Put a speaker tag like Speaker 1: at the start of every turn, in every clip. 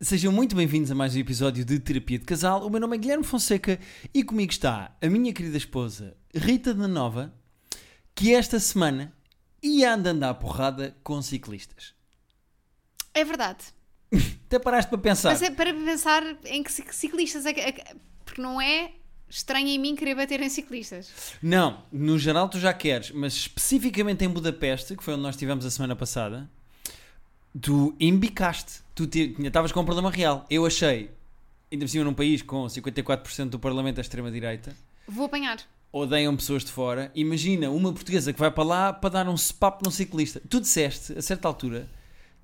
Speaker 1: Sejam muito bem-vindos a mais um episódio de Terapia de Casal. O meu nome é Guilherme Fonseca e comigo está a minha querida esposa Rita da Nova, que esta semana ia andando à porrada com ciclistas.
Speaker 2: É verdade.
Speaker 1: Até paraste para pensar.
Speaker 2: Mas é para pensar em que ci- que ciclistas é que. é que- Porque não é estranho em mim querer bater em ciclistas.
Speaker 1: Não, no geral tu já queres, mas especificamente em Budapeste, que foi onde nós estivemos a semana passada, tu embicaste. Tu te- tinha- estavas com um problema real. Eu achei, ainda por cima num país com 54% do Parlamento à extrema-direita,
Speaker 2: Vou apanhar.
Speaker 1: odeiam pessoas de fora. Imagina uma portuguesa que vai para lá para dar um sepapo num ciclista. Tu disseste, a certa altura,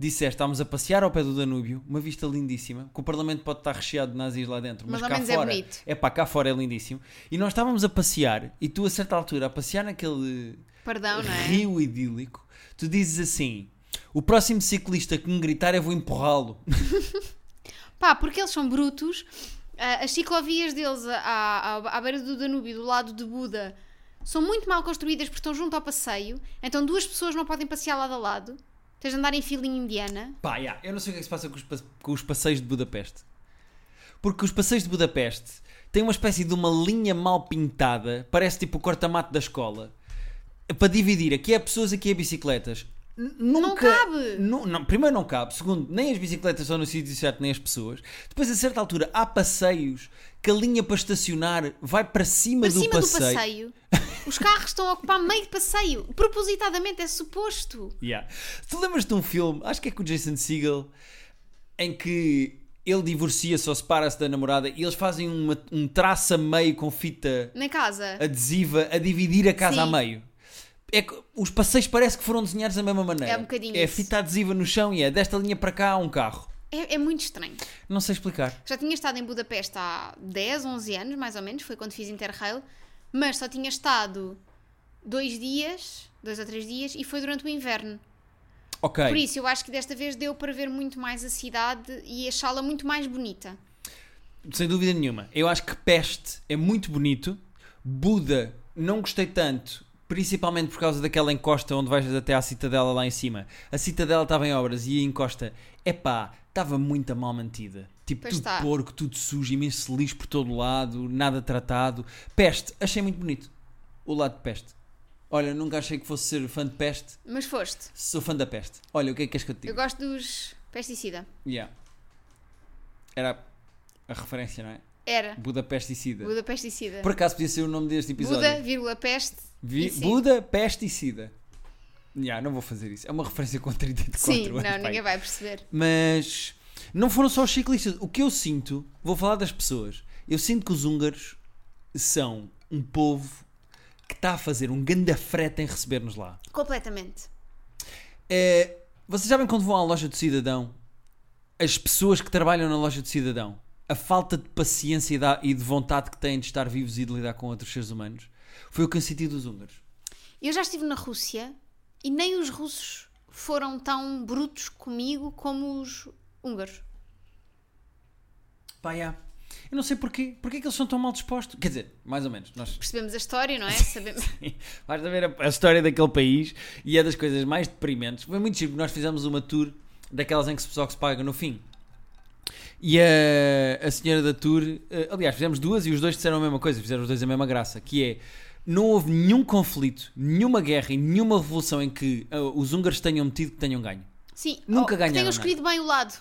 Speaker 1: disseste, estávamos a passear ao pé do Danúbio, uma vista lindíssima, que o Parlamento pode estar recheado de nazis lá dentro, mas,
Speaker 2: Mas ao
Speaker 1: cá
Speaker 2: menos é
Speaker 1: fora.
Speaker 2: bonito.
Speaker 1: pá, cá fora é lindíssimo. E nós estávamos a passear, e tu, a certa altura, a passear naquele
Speaker 2: Perdão, não é?
Speaker 1: rio idílico, tu dizes assim. O próximo ciclista que me gritar, eu vou empurrá-lo.
Speaker 2: Pá, porque eles são brutos. ah, as ciclovias deles à, à, à beira do Danúbio, do lado de Buda, são muito mal construídas porque estão junto ao passeio. Então duas pessoas não podem passear lado a lado. Tens de andar em filinha indiana.
Speaker 1: Pá, yeah, eu não sei o que é que se passa com os, pa- com os passeios de Budapeste. Porque os passeios de Budapeste têm uma espécie de uma linha mal pintada, parece tipo o corta-mato da escola, para dividir. Aqui é pessoas, aqui é bicicletas. N- Nunca,
Speaker 2: cabe.
Speaker 1: Nu- não- primeiro não cabe, segundo, nem as bicicletas estão no sítio certo, nem as pessoas. Depois, a certa altura, há passeios que a linha para estacionar vai para cima,
Speaker 2: Para
Speaker 1: do,
Speaker 2: cima
Speaker 1: passeio.
Speaker 2: do passeio. Os carros estão a ocupar meio de passeio. Propositadamente, é suposto.
Speaker 1: Yeah. Tu lembras de um filme, acho que é com o Jason Segel, em que ele divorcia-se ou separa-se da namorada e eles fazem uma- um traço a meio com fita
Speaker 2: Na casa.
Speaker 1: adesiva a dividir a casa a
Speaker 2: Sim.
Speaker 1: meio. É que os passeios parece que foram desenhados da mesma maneira.
Speaker 2: É um bocadinho
Speaker 1: É
Speaker 2: isso.
Speaker 1: fita adesiva no chão e é desta linha para cá há um carro.
Speaker 2: É- é muito estranho.
Speaker 1: Não sei explicar.
Speaker 2: Já tinha estado em Budapeste há 10, 11 anos, mais ou menos, foi quando fiz Interrail, mas só tinha estado dois dias, dois ou três dias, e foi durante o inverno.
Speaker 1: Ok.
Speaker 2: Por isso, eu acho que desta vez deu para ver muito mais a cidade e achá-la muito mais bonita.
Speaker 1: Sem dúvida nenhuma. Eu acho que Peste é muito bonito. Buda não gostei tanto, principalmente por causa daquela encosta onde vais até à citadela lá em cima. A citadela estava em obras e a encosta, epá, estava muito mal mantida. Tipo,
Speaker 2: Pois
Speaker 1: tudo
Speaker 2: tá. está.
Speaker 1: porco, tudo sujo, imenso lixo por todo lado, nada tratado. Peste, achei muito bonito. O lado de Peste. Olha, nunca achei que fosse ser fã de Peste.
Speaker 2: Mas foste.
Speaker 1: Sou fã da Peste. Olha, o que é que és que eu te
Speaker 2: Eu
Speaker 1: digo?
Speaker 2: gosto dos pesticida.
Speaker 1: Yeah. Era a referência, não é?
Speaker 2: Era.
Speaker 1: Budapeste e Sida.
Speaker 2: Buda pesticida.
Speaker 1: Por acaso podia ser o nome deste episódio?
Speaker 2: Buda, vírgula, peste.
Speaker 1: Vi-
Speaker 2: e sida.
Speaker 1: Buda, peste e sida. Já, não vou fazer isso. É uma referência com 34
Speaker 2: Sim,
Speaker 1: anos.
Speaker 2: não,
Speaker 1: pá.
Speaker 2: ninguém vai perceber.
Speaker 1: Mas não foram só os ciclistas. O que eu sinto, vou falar das pessoas. Eu sinto que os húngaros são um povo que está a fazer um ganda frete em receber-nos lá.
Speaker 2: Completamente.
Speaker 1: É, vocês sabem quando vão à loja do cidadão, as pessoas que trabalham na loja do cidadão, a falta de paciência e da- e de vontade que têm de estar vivos e de lidar com outros seres humanos, foi o que eu senti dos húngaros.
Speaker 2: Eu já estive na Rússia e nem os russos foram tão brutos comigo como os húngaros.
Speaker 1: Pá, já. Eu não sei porquê. Porquê é que eles são tão mal dispostos? Quer dizer, mais ou menos. Nós
Speaker 2: Percebemos a história, não é? Sabemos.
Speaker 1: vais a ver a, a história daquele país e é das coisas mais deprimentes. Foi muito giro, porque nós fizemos uma tour daquelas em que o pessoal que se paga no fim. E a, a senhora da tour, eh, aliás, fizemos duas e os dois disseram a mesma coisa, fizeram os dois a mesma graça, que é não houve nenhum conflito, nenhuma guerra e nenhuma revolução em que ah, os húngaros tenham metido que tenham ganho.
Speaker 2: Sim,
Speaker 1: Nunca
Speaker 2: que
Speaker 1: ganharam é?
Speaker 2: Tenham escolhido bem o lado.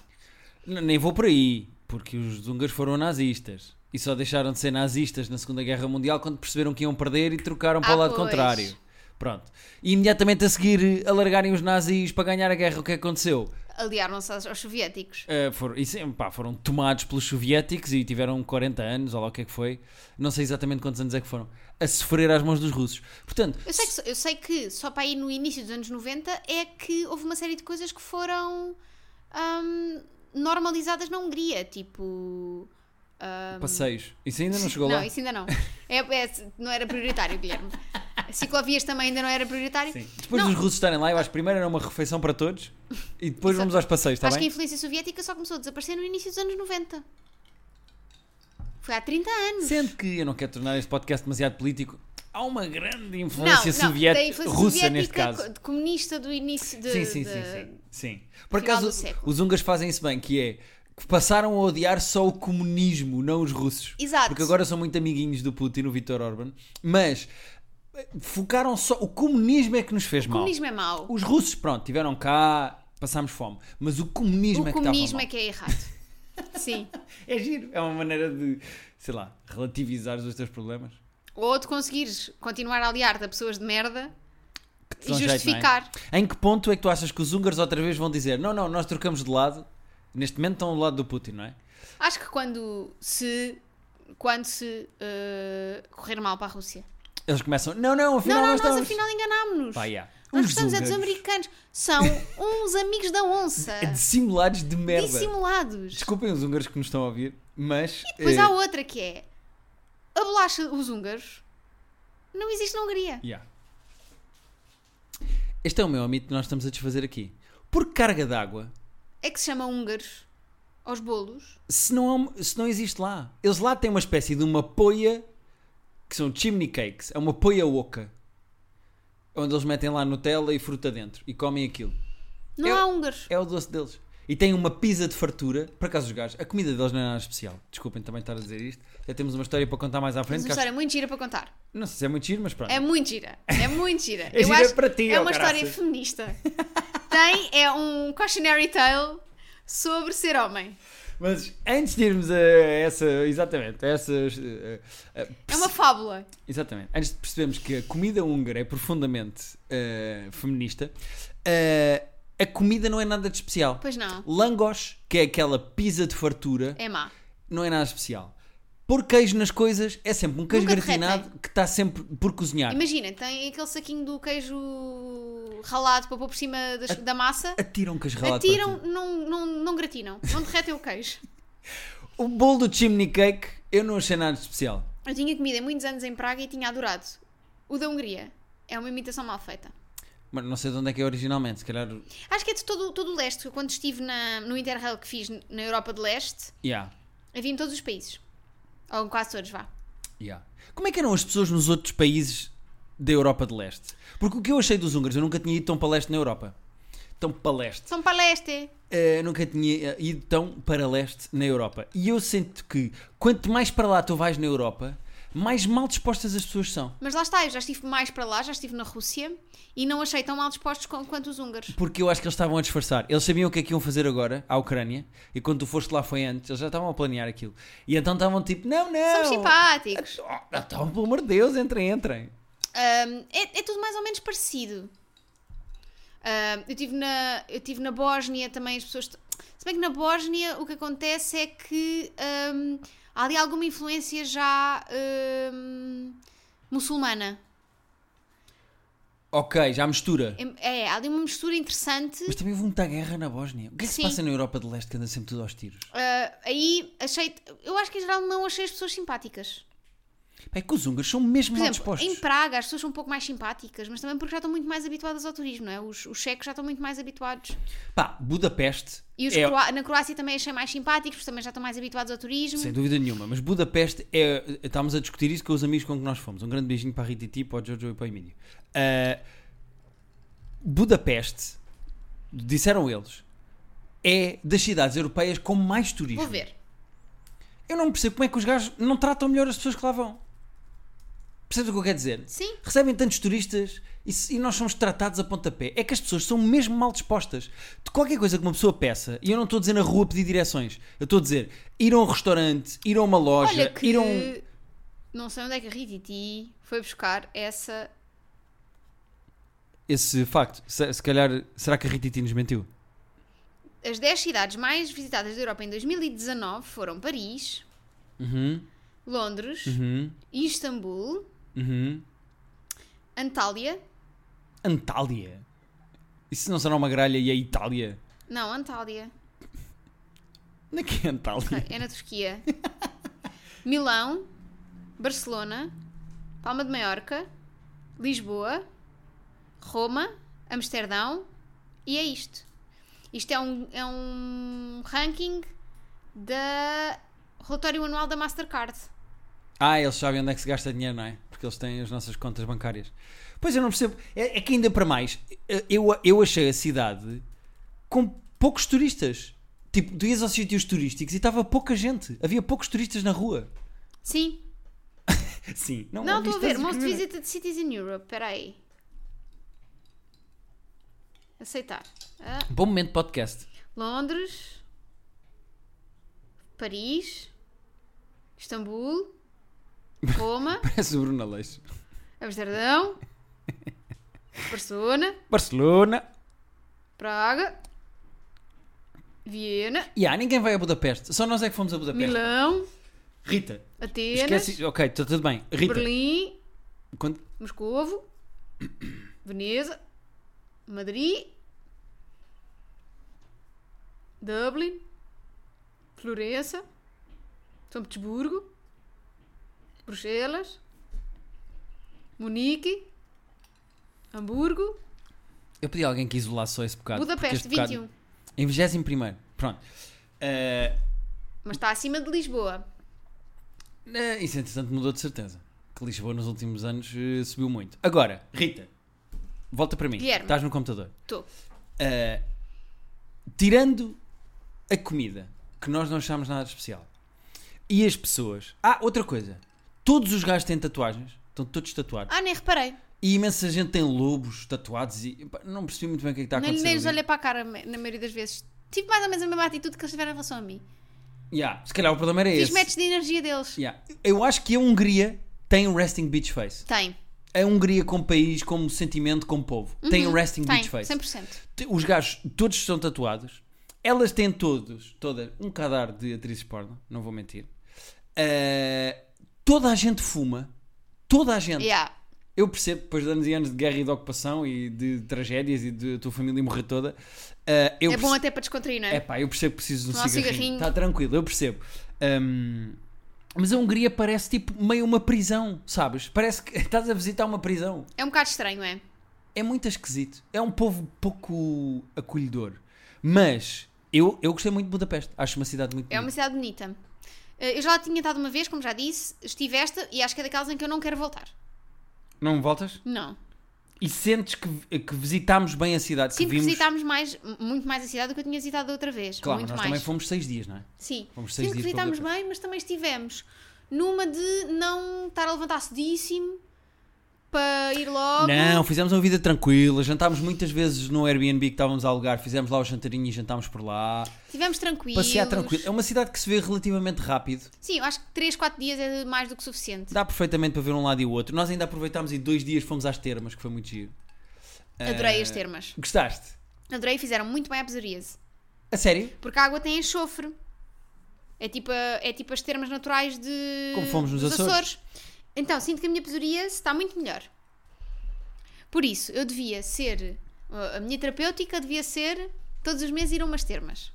Speaker 1: N- Nem vou por aí, porque os húngaros foram nazistas. E só deixaram de ser nazistas na Segunda Guerra Mundial quando perceberam que iam perder e trocaram para
Speaker 2: Ah,
Speaker 1: o lado
Speaker 2: pois.
Speaker 1: contrário. Pronto. E imediatamente a seguir eh, alargarem os nazis para ganhar a guerra, o que aconteceu?
Speaker 2: Aliaram-se aos, aos soviéticos.
Speaker 1: Eh, foram, e sim, pá, foram tomados pelos soviéticos e tiveram 40 anos, ou lá o que é que foi, não sei exatamente quantos anos é que foram, a sofrer às mãos dos russos. Portanto,
Speaker 2: Eu sei, que, só- eu sei que só para aí no início dos anos 90 é que houve uma série de coisas que foram hum, normalizadas na Hungria, tipo.
Speaker 1: passeios. Isso ainda não chegou
Speaker 2: não,
Speaker 1: lá.
Speaker 2: isso ainda não. É, é- não era prioritário, Guilherme. Ciclovias também ainda não era prioritário.
Speaker 1: Sim. Depois
Speaker 2: é Não.
Speaker 1: dos russos estarem lá, eu acho que primeiro era uma refeição para todos e depois
Speaker 2: Exato.
Speaker 1: vamos aos passeios, está
Speaker 2: é Acho que
Speaker 1: Tá
Speaker 2: a
Speaker 1: bem?
Speaker 2: influência soviética só começou a desaparecer no início dos anos 90. Foi há 30 anos.
Speaker 1: Sendo que eu não quero tornar este podcast demasiado político, há uma grande influência
Speaker 2: da
Speaker 1: soviética
Speaker 2: influência
Speaker 1: russa
Speaker 2: soviética
Speaker 1: neste caso.
Speaker 2: co- comunista do início de,
Speaker 1: sim, sim,
Speaker 2: de-
Speaker 1: sim, sim, sim. Por
Speaker 2: final
Speaker 1: acaso
Speaker 2: do século.
Speaker 1: os húngaros fazem isso bem, que é que passaram a odiar só o comunismo, não os russos.
Speaker 2: Exato.
Speaker 1: Porque agora são muito amiguinhos do Putin, o Viktor Orban. Mas eh, focaram só. O comunismo é que nos fez
Speaker 2: o
Speaker 1: mal.
Speaker 2: comunismo é mau.
Speaker 1: Os russos, pronto, tiveram cá, passámos fome. Mas o comunismo
Speaker 2: O
Speaker 1: é que
Speaker 2: comunismo
Speaker 1: estava
Speaker 2: é
Speaker 1: mal.
Speaker 2: que é errado. Sim.
Speaker 1: É giro, é uma maneira de, sei lá, relativizares os teus problemas.
Speaker 2: Ou de conseguires continuar a aliar-te a pessoas de merda
Speaker 1: Que
Speaker 2: e
Speaker 1: dão jeito, não é?
Speaker 2: justificar.
Speaker 1: Em que ponto é que tu achas que os húngaros outra vez vão dizer não, não, nós trocamos de lado? Neste momento estão do lado do Putin, não é?
Speaker 2: Acho que quando se. Quando se eh, correr mal para a Rússia.
Speaker 1: Eles começam, não, não, afinal
Speaker 2: Não, não,
Speaker 1: nós
Speaker 2: nós
Speaker 1: estamos.
Speaker 2: afinal enganámos-nos.
Speaker 1: Pá, yeah.
Speaker 2: Nós
Speaker 1: Os
Speaker 2: gostamos é dos
Speaker 1: húngaros.
Speaker 2: americanos. São uns amigos da onça.
Speaker 1: Dissimulados É de merda.
Speaker 2: Dissimulados.
Speaker 1: Desculpem os húngaros que nos estão a ouvir, mas.
Speaker 2: Depois
Speaker 1: eh,
Speaker 2: há outra que é. A bolacha, os húngaros, não existe na Hungria.
Speaker 1: yeah. Este é o meu amigo que nós estamos a desfazer aqui. Por carga d'água,
Speaker 2: É que se chama húngaros aos bolos.
Speaker 1: se não, é um- se não existe lá. Eles lá têm uma espécie de uma poia que são chimney cakes, é uma poia oca. Onde eles metem lá Nutella e fruta dentro e comem aquilo.
Speaker 2: Não
Speaker 1: Eu-
Speaker 2: há húngaros.
Speaker 1: É o doce deles. E têm uma pizza de fartura. Por acaso, os gajos, a comida deles não é nada especial. Desculpem também estar a dizer isto. Já temos uma história para contar mais à
Speaker 2: Mas
Speaker 1: frente.
Speaker 2: uma
Speaker 1: que acho-
Speaker 2: história muito gira para contar.
Speaker 1: Não sei se é muito giro, mas pronto.
Speaker 2: É muito gira. É muito gira.
Speaker 1: É gira para ti,
Speaker 2: é
Speaker 1: ó
Speaker 2: uma história
Speaker 1: caraças.
Speaker 2: feminista. Tem, é um cautionary tale sobre ser homem.
Speaker 1: Mas antes de irmos a essa. Exatamente. A eh, essa, a- a-
Speaker 2: É uma fábula.
Speaker 1: Exatamente. Antes de percebermos que a comida húngara é profundamente eh, feminista, eh, a comida não é nada de especial.
Speaker 2: Pois não.
Speaker 1: Langos, que é aquela pizza de fartura,
Speaker 2: É má.
Speaker 1: não é nada especial. Pôr queijo nas coisas é sempre um queijo
Speaker 2: Nunca
Speaker 1: gratinado que está sempre por cozinhar.
Speaker 2: Imagina, tem aquele saquinho do queijo ralado para pôr por cima das- da massa.
Speaker 1: Atiram queijo ralado para
Speaker 2: Atiram,
Speaker 1: tudo.
Speaker 2: não, não, não gratinam. Não derretem o queijo.
Speaker 1: O bolo do chimney cake eu não achei nada de especial.
Speaker 2: Eu tinha comido há muitos anos em Praga e tinha adorado. O da Hungria é uma imitação mal feita.
Speaker 1: Mas não sei de onde é que é originalmente, se calhar.
Speaker 2: Acho que é de todo, todo o leste. Eu Quando estive na- no Interrail que fiz na Europa de Leste,
Speaker 1: Yeah,
Speaker 2: havia em todos os países. Ou em quase todos, vá.
Speaker 1: yeah. Como é que eram as pessoas nos outros países da Europa de Leste? Porque o que eu achei dos húngaros, eu nunca tinha ido tão para leste na Europa. Tão para leste.
Speaker 2: São para leste.
Speaker 1: Eh, nunca tinha eh, ido tão para leste na Europa. E eu sinto que quanto mais para lá tu vais na Europa, mais mal dispostas as pessoas são.
Speaker 2: Mas lá está, eu já estive mais para lá, já estive na Rússia e não achei tão mal dispostos co- quanto os húngaros.
Speaker 1: Porque eu acho que eles estavam a disfarçar. Eles sabiam o que é que iam fazer agora à Ucrânia. E quando tu foste lá foi antes, eles já estavam a planear aquilo. E então estavam tipo, não, não.
Speaker 2: Somos simpáticos.
Speaker 1: Oh, então, pelo amor de Deus, entrem, entrem.
Speaker 2: Ahm, é, é tudo mais ou menos parecido. Ahm, eu estive na, eu tive na Bósnia também, as pessoas. t- Se bem que na Bósnia o que acontece é que ahm, há ali alguma influência já ahm, muçulmana.
Speaker 1: Ok, já mistura.
Speaker 2: É, é, há ali uma mistura interessante.
Speaker 1: Mas também houve muita guerra na Bósnia. O que é que
Speaker 2: Sim.
Speaker 1: se passa na Europa de Leste que anda sempre tudo aos tiros?
Speaker 2: Ah, aí achei. Eu acho que em geral não achei as pessoas simpáticas.
Speaker 1: É que os húngaros são mesmo
Speaker 2: Por
Speaker 1: mal
Speaker 2: exemplo,
Speaker 1: dispostos.
Speaker 2: em Praga as pessoas são um pouco mais simpáticas, mas também porque já estão muito mais habituadas ao turismo, não é? Os, os checos já estão muito mais habituados.
Speaker 1: Pá, Budapeste.
Speaker 2: E os
Speaker 1: é-
Speaker 2: croa- na Croácia também achei mais simpáticos, porque também já estão mais habituados ao turismo.
Speaker 1: Sem dúvida nenhuma, mas Budapeste é. Estávamos a discutir isso com os amigos com que nós fomos. Um grande beijinho para a Rita e ti, para o Jojo e para o Emílio. Ah, Budapeste, disseram eles, é das cidades europeias com mais turismo.
Speaker 2: Vou ver.
Speaker 1: Eu não percebo como é que os gajos não tratam melhor as pessoas que lá vão. Percebes o que eu quero dizer?
Speaker 2: Sim.
Speaker 1: Recebem tantos turistas e, se- e nós somos tratados a pontapé. É que as pessoas são mesmo mal dispostas. De qualquer coisa que uma pessoa peça, e eu não estou a dizer na rua pedir direções, eu estou a dizer ir a um restaurante, ir a uma loja,
Speaker 2: Olha que.
Speaker 1: ir a um.
Speaker 2: Não sei onde é que a Rititi foi buscar essa.
Speaker 1: Esse facto, se, se calhar, será que a Rititi nos mentiu?
Speaker 2: As 10 cidades mais visitadas da Europa em 2019 foram Paris,
Speaker 1: Uhum,
Speaker 2: Londres,
Speaker 1: uhum,
Speaker 2: Istambul,
Speaker 1: uhum.
Speaker 2: Antália.
Speaker 1: Antália. Isso não será uma gralha e a Itália?
Speaker 2: Não, Antália.
Speaker 1: Onde é que é Antália?
Speaker 2: É na Turquia. Milão, Barcelona, Palma de Maiorca, Lisboa, Roma, Amsterdão e é isto. Isto é um, é um ranking da relatório anual da Mastercard.
Speaker 1: Ah, eles sabem onde é que se gasta dinheiro, não é? Porque eles têm as nossas contas bancárias. Pois eu não percebo. É, é que ainda para mais, eu, eu achei a cidade com poucos turistas. Tipo, tu ias aos sítios turísticos e estava pouca gente. Havia poucos turistas na rua.
Speaker 2: Sim.
Speaker 1: Sim.
Speaker 2: Não, é estou a ver. Most
Speaker 1: visitores.
Speaker 2: visited cities in Europe. Espera aí. Aceitar. Ah,
Speaker 1: Bom momento de podcast.
Speaker 2: Londres. Paris. Istambul. Roma.
Speaker 1: Parece o Bruno Aleixo.
Speaker 2: Amsterdão. Barcelona.
Speaker 1: Barcelona.
Speaker 2: Praga. Viena.
Speaker 1: E yeah, ninguém vai a Budapeste. Só nós é que fomos a Budapeste.
Speaker 2: Milão.
Speaker 1: Rita.
Speaker 2: Atenas.
Speaker 1: Esquece. Ok, está tudo bem. Rita.
Speaker 2: Berlim.
Speaker 1: quando-
Speaker 2: Moscovo, Veneza, Madrid, Dublin, Florença, São Petersburgo, Bruxelas, Munique, Hamburgo,
Speaker 1: Eu pedi a alguém que isolasse só esse bocado. porque
Speaker 2: Budapeste,
Speaker 1: este bocado-
Speaker 2: 21.
Speaker 1: Em 21. Pronto. Eh,
Speaker 2: Mas está acima de Lisboa.
Speaker 1: eh, isso entretanto mudou de certeza. Que Lisboa nos últimos anos eh, subiu muito. Agora, Rita. Volta para mim.
Speaker 2: Guilherme.
Speaker 1: Estás no computador.
Speaker 2: Tô.
Speaker 1: Uh, tirando a comida, que nós não achámos nada de especial, e as pessoas. Ah, outra coisa. Todos os gajos têm tatuagens, estão todos tatuados.
Speaker 2: Ah, nem reparei.
Speaker 1: E imensa gente tem lobos tatuados e. pá, Não percebi muito bem o que é que está a
Speaker 2: Nem,
Speaker 1: acontecer.
Speaker 2: nem lhes
Speaker 1: ali.
Speaker 2: olhei para a cara me- na maioria das vezes. Tive mais ou menos a mesma atitude que eles tiveram em relação a mim.
Speaker 1: Yeah, se calhar o problema era
Speaker 2: Fiz
Speaker 1: esse.
Speaker 2: matches de energia deles.
Speaker 1: Yeah. Eu acho que a Hungria tem um resting beach face.
Speaker 2: Tem.
Speaker 1: A Hungria, como país, como sentimento, como povo, tem um resting
Speaker 2: Uhum, Tem.
Speaker 1: beach face.
Speaker 2: 100%.
Speaker 1: Te- os gajos todos são tatuados, elas têm todos, todas, um cadar de atrizes porno, não vou mentir. Eh, toda a gente fuma, toda a gente.
Speaker 2: Yeah.
Speaker 1: Eu percebo, depois de anos e anos de guerra e de ocupação e de tragédias e de a tua família morrer toda, eh, eu
Speaker 2: É
Speaker 1: percebo,
Speaker 2: bom até para descontrair, não é?
Speaker 1: é pá, eu percebo que preciso de um
Speaker 2: Tomar um
Speaker 1: cigarrinho.
Speaker 2: cigarrinho.
Speaker 1: Está tranquilo, eu percebo. Ahm, mas a Hungria parece tipo meio uma prisão, sabes? Parece que estás a visitar uma prisão.
Speaker 2: É um bocado estranho, é?
Speaker 1: é muito esquisito. É um povo pouco acolhedor. Mas eu, eu gostei muito de Budapeste. Acho uma cidade muito
Speaker 2: É
Speaker 1: bonita.
Speaker 2: uma cidade bonita. Eh, Eu já lá tinha estado uma vez, como já disse, estive esta e acho que é daquelas em que eu não quero voltar.
Speaker 1: Não voltas?
Speaker 2: Não.
Speaker 1: E sentes que, que visitámos bem a cidade.
Speaker 2: Sinto
Speaker 1: que
Speaker 2: que
Speaker 1: vimos...
Speaker 2: visitámos mais, m- muito mais a cidade do que eu tinha visitado da outra vez.
Speaker 1: Claro,
Speaker 2: muito
Speaker 1: nós
Speaker 2: mais.
Speaker 1: também fomos seis dias, não é?
Speaker 2: Sim.
Speaker 1: fomos seis
Speaker 2: Sinto que
Speaker 1: dias para
Speaker 2: visitámos bem, mas também estivemos numa de não estar a levantar cedíssimo para ir logo.
Speaker 1: Não, fizemos uma vida tranquila. Jantámos muitas vezes no Airbnb que estávamos a alugar. Fizemos lá o jantarinho e jantámos por lá.
Speaker 2: Estivemos tranquilos.
Speaker 1: Passear tranquilo. É uma cidade que se vê relativamente rápido.
Speaker 2: Sim, eu acho que 3, 4 dias é mais do que suficiente.
Speaker 1: Dá perfeitamente para ver um lado e o outro. Nós ainda aproveitámos e dois dias fomos às termas, que foi muito giro.
Speaker 2: Adorei
Speaker 1: Eh,
Speaker 2: as termas.
Speaker 1: Gostaste?
Speaker 2: Adorei, fizeram muito bem à psoríase.
Speaker 1: A sério?
Speaker 2: Porque a água tem enxofre. É tipo, a- é tipo as termas naturais de,
Speaker 1: Como fomos nos
Speaker 2: dos
Speaker 1: Açores.
Speaker 2: Então, sinto que a minha psoríase está muito melhor. Por isso, eu devia ser... uh, A minha terapêutica devia ser todos os meses ir a umas termas.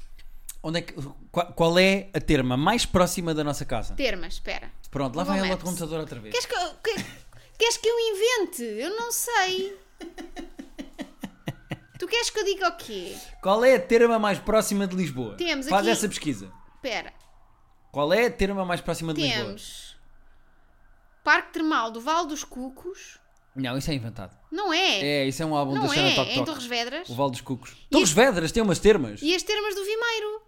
Speaker 1: Onde é que, qual, qual é a terma mais próxima da nossa casa?
Speaker 2: Termas, espera.
Speaker 1: Pronto, lá
Speaker 2: Google
Speaker 1: vai ela
Speaker 2: Maps.
Speaker 1: do computador outra vez.
Speaker 2: Queres que, eu- que- queres que eu invente? Eu não sei. Tu queres que eu diga o quê?
Speaker 1: Qual é a terma mais próxima de Lisboa?
Speaker 2: Temos
Speaker 1: Faz
Speaker 2: aqui-
Speaker 1: essa pesquisa.
Speaker 2: Espera.
Speaker 1: Qual é a terma mais próxima de Lisboa?
Speaker 2: Temos... Parque Termal do Vale dos Cucos.
Speaker 1: Não, isso é inventado.
Speaker 2: Não é?
Speaker 1: É, isso é um álbum da
Speaker 2: Não
Speaker 1: Xana
Speaker 2: é?
Speaker 1: Toc
Speaker 2: É em
Speaker 1: Toc.
Speaker 2: Torres Vedras.
Speaker 1: O Val dos Cucos. Torres Vedras tem umas termas. E...
Speaker 2: E as termas do Vimeiro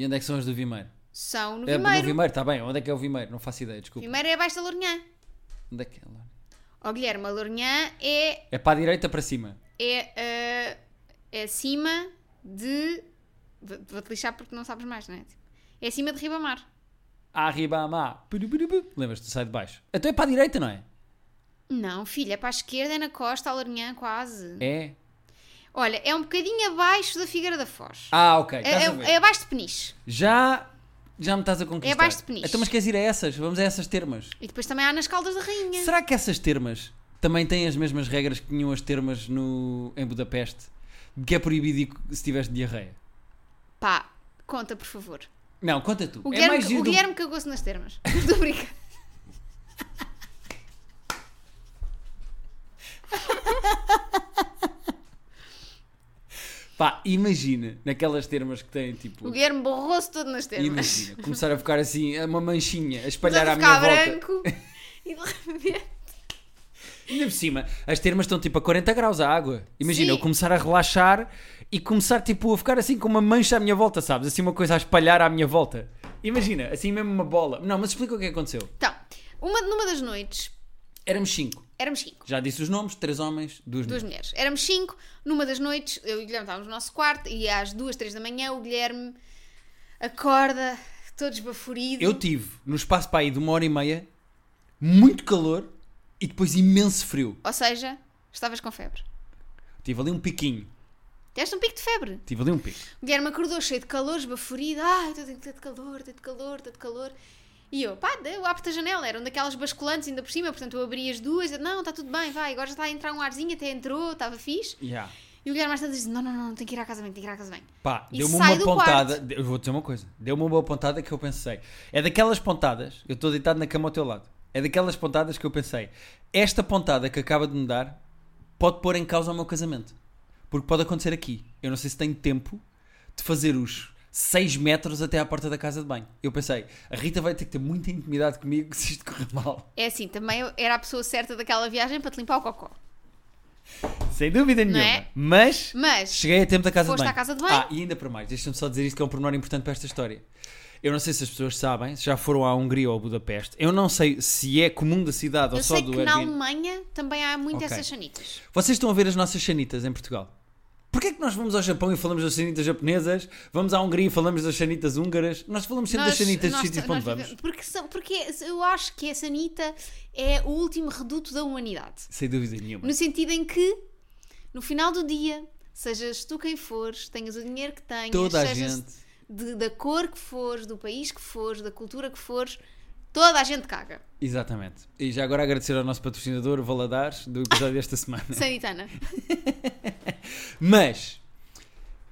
Speaker 1: onde é que são as do Vimeiro?
Speaker 2: são no
Speaker 1: É,
Speaker 2: Vimeiro.
Speaker 1: no Vimeiro, está bem. Onde é que é o Vimeiro? Não faço ideia, desculpa.
Speaker 2: Vimeiro é abaixo da Lourinhã.
Speaker 1: Onde é que é lá?
Speaker 2: Ó Guilherme, a Lourinhã é,
Speaker 1: É para a direita para cima.
Speaker 2: é, ah, é acima de... v- Vou-te lixar porque não sabes mais, não é? Tipo, É acima de Ribamar.
Speaker 1: Arriba, má. Puruburubu. Lembras-te, sai de baixo. Então é para a direita, não é?
Speaker 2: Não, filha, é para a esquerda, é na costa, a Lourinhã quase.
Speaker 1: É.
Speaker 2: Olha, é um bocadinho abaixo da Figueira da Foz.
Speaker 1: Ah, ok.
Speaker 2: É,
Speaker 1: estás a
Speaker 2: é-
Speaker 1: ver.
Speaker 2: é abaixo de Peniche.
Speaker 1: Já, já me estás a conquistar.
Speaker 2: É abaixo de Peniche.
Speaker 1: Então, mas queres ir a essas? Vamos a essas termas.
Speaker 2: E depois também há nas Caldas da Rainha.
Speaker 1: Será que essas termas também têm as mesmas regras que tinham as termas no, em Budapeste? De que é proibido ir se tiveres diarreia?
Speaker 2: Pá, conta, por favor.
Speaker 1: Não, conta tu.
Speaker 2: O
Speaker 1: é
Speaker 2: Guilherme,
Speaker 1: mais giro
Speaker 2: o
Speaker 1: do-
Speaker 2: Guilherme cagou-se nas termas. Estou a brincar.
Speaker 1: Pá, imagina, naquelas termas que têm tipo...
Speaker 2: O Guilherme borrou-se todo nas termas.
Speaker 1: Imagina, começar a ficar assim, a uma manchinha, a espalhar
Speaker 2: Começou
Speaker 1: à
Speaker 2: a
Speaker 1: minha
Speaker 2: ficar
Speaker 1: volta.
Speaker 2: branco e de repente.
Speaker 1: Ainda por cima, as termas estão tipo a 40 graus a água. Imagina,
Speaker 2: Sim.
Speaker 1: eu começar a relaxar e começar tipo a ficar assim com uma mancha à minha volta, sabes? Assim uma coisa a espalhar à minha volta. Imagina, assim mesmo uma bola. Não, mas explica o que é que aconteceu.
Speaker 2: Então, uma, numa das noites,
Speaker 1: Éramos cinco.
Speaker 2: éramos cinco.
Speaker 1: Já disse os nomes, três homens, duas
Speaker 2: Duas
Speaker 1: mulheres.
Speaker 2: mulheres. Éramos cinco, numa das noites, eu e o Guilherme estávamos no nosso quarto e às duas, três da manhã o Guilherme acorda, todo esbaforido.
Speaker 1: Eu tive, no espaço para aí de uma hora e meia, muito calor e depois imenso frio.
Speaker 2: Ou seja, estavas com febre.
Speaker 1: Tive ali um piquinho.
Speaker 2: Tiveste um pico de febre.
Speaker 1: Tive ali um pico.
Speaker 2: O Guilherme acordou cheio de calor, esbaforido. Ai, estou de de calor, estou de calor, estou de calor. E eu, pá, eu abro a janela. Eram daquelas basculantes ainda por cima, portanto eu abri as duas. Eu, não, está tudo bem, vai, agora já está a entrar um arzinho, até entrou, estava fixe.
Speaker 1: Yeah.
Speaker 2: E o Guilherme mais tarde disse, não, não, não, tem que ir à casa bem, tem que ir à casa bem.
Speaker 1: Pá,
Speaker 2: E
Speaker 1: deu-me
Speaker 2: sai
Speaker 1: uma
Speaker 2: do
Speaker 1: pontada. Eu vou dizer uma coisa. Deu-me uma pontada que eu pensei. É daquelas pontadas. Eu estou deitado na cama ao teu lado. É daquelas pontadas que eu pensei. Esta pontada que acaba de me dar pode pôr em causa o meu casamento. Porque pode acontecer aqui. Eu não sei se tenho tempo de fazer os 6 metros até à porta da casa de banho. Eu pensei, a Rita vai ter que ter muita intimidade comigo se isto correr mal.
Speaker 2: É assim, também eu- era a pessoa certa daquela viagem para te limpar o cocó.
Speaker 1: Sem dúvida
Speaker 2: Não
Speaker 1: nenhuma.
Speaker 2: é?
Speaker 1: Mas.
Speaker 2: Mas,
Speaker 1: Cheguei a tempo da casa
Speaker 2: Foste
Speaker 1: de banho.
Speaker 2: à casa de banho?
Speaker 1: Ah, e ainda para mais, deixa-me só dizer isto que é um pormenor importante para esta história. Eu não sei se as pessoas sabem, se já foram à Hungria ou a Budapeste. Eu não sei se é comum da cidade ou
Speaker 2: eu
Speaker 1: só
Speaker 2: sei
Speaker 1: do
Speaker 2: que na
Speaker 1: Airbnb.
Speaker 2: Alemanha também há muito
Speaker 1: Ok.
Speaker 2: essas chanitas.
Speaker 1: Vocês estão a ver as nossas chanitas em Portugal. Porquê é que nós vamos ao Japão e falamos das chanitas japonesas? Vamos à Hungria e falamos das chanitas húngaras? Nós falamos sempre das chanitas dos
Speaker 2: nós-
Speaker 1: sítios para onde
Speaker 2: nós
Speaker 1: vamos.
Speaker 2: vivemos- Porque, são- porque eu acho que a sanita é o último reduto da humanidade.
Speaker 1: Sem dúvida nenhuma.
Speaker 2: No sentido em que, no final do dia, sejas tu quem fores, tenhas o dinheiro que tenhas,
Speaker 1: Toda a
Speaker 2: sejas
Speaker 1: gente.
Speaker 2: de- da cor que fores, do país que fores, da cultura que fores, toda a gente caga.
Speaker 1: Exatamente. E já agora agradecer ao nosso patrocinador, Valadares, do episódio desta semana.
Speaker 2: Sanitana.
Speaker 1: Mas